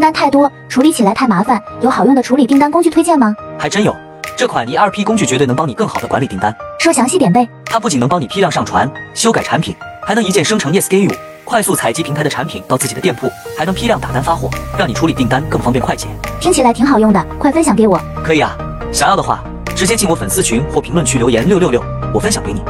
单太多，处理起来太麻烦，有好用的处理订单工具推荐吗？还真有，这款 ERP 工具绝对能帮你更好的管理订单。说详细点呗。它不仅能帮你批量上传、修改产品，还能一键生成 E SKU，快速采集平台的产品到自己的店铺，还能批量打单发货，让你处理订单更方便快捷。听起来挺好用的，快分享给我。可以啊，想要的话，直接进我粉丝群或评论区留言六六六，我分享给你。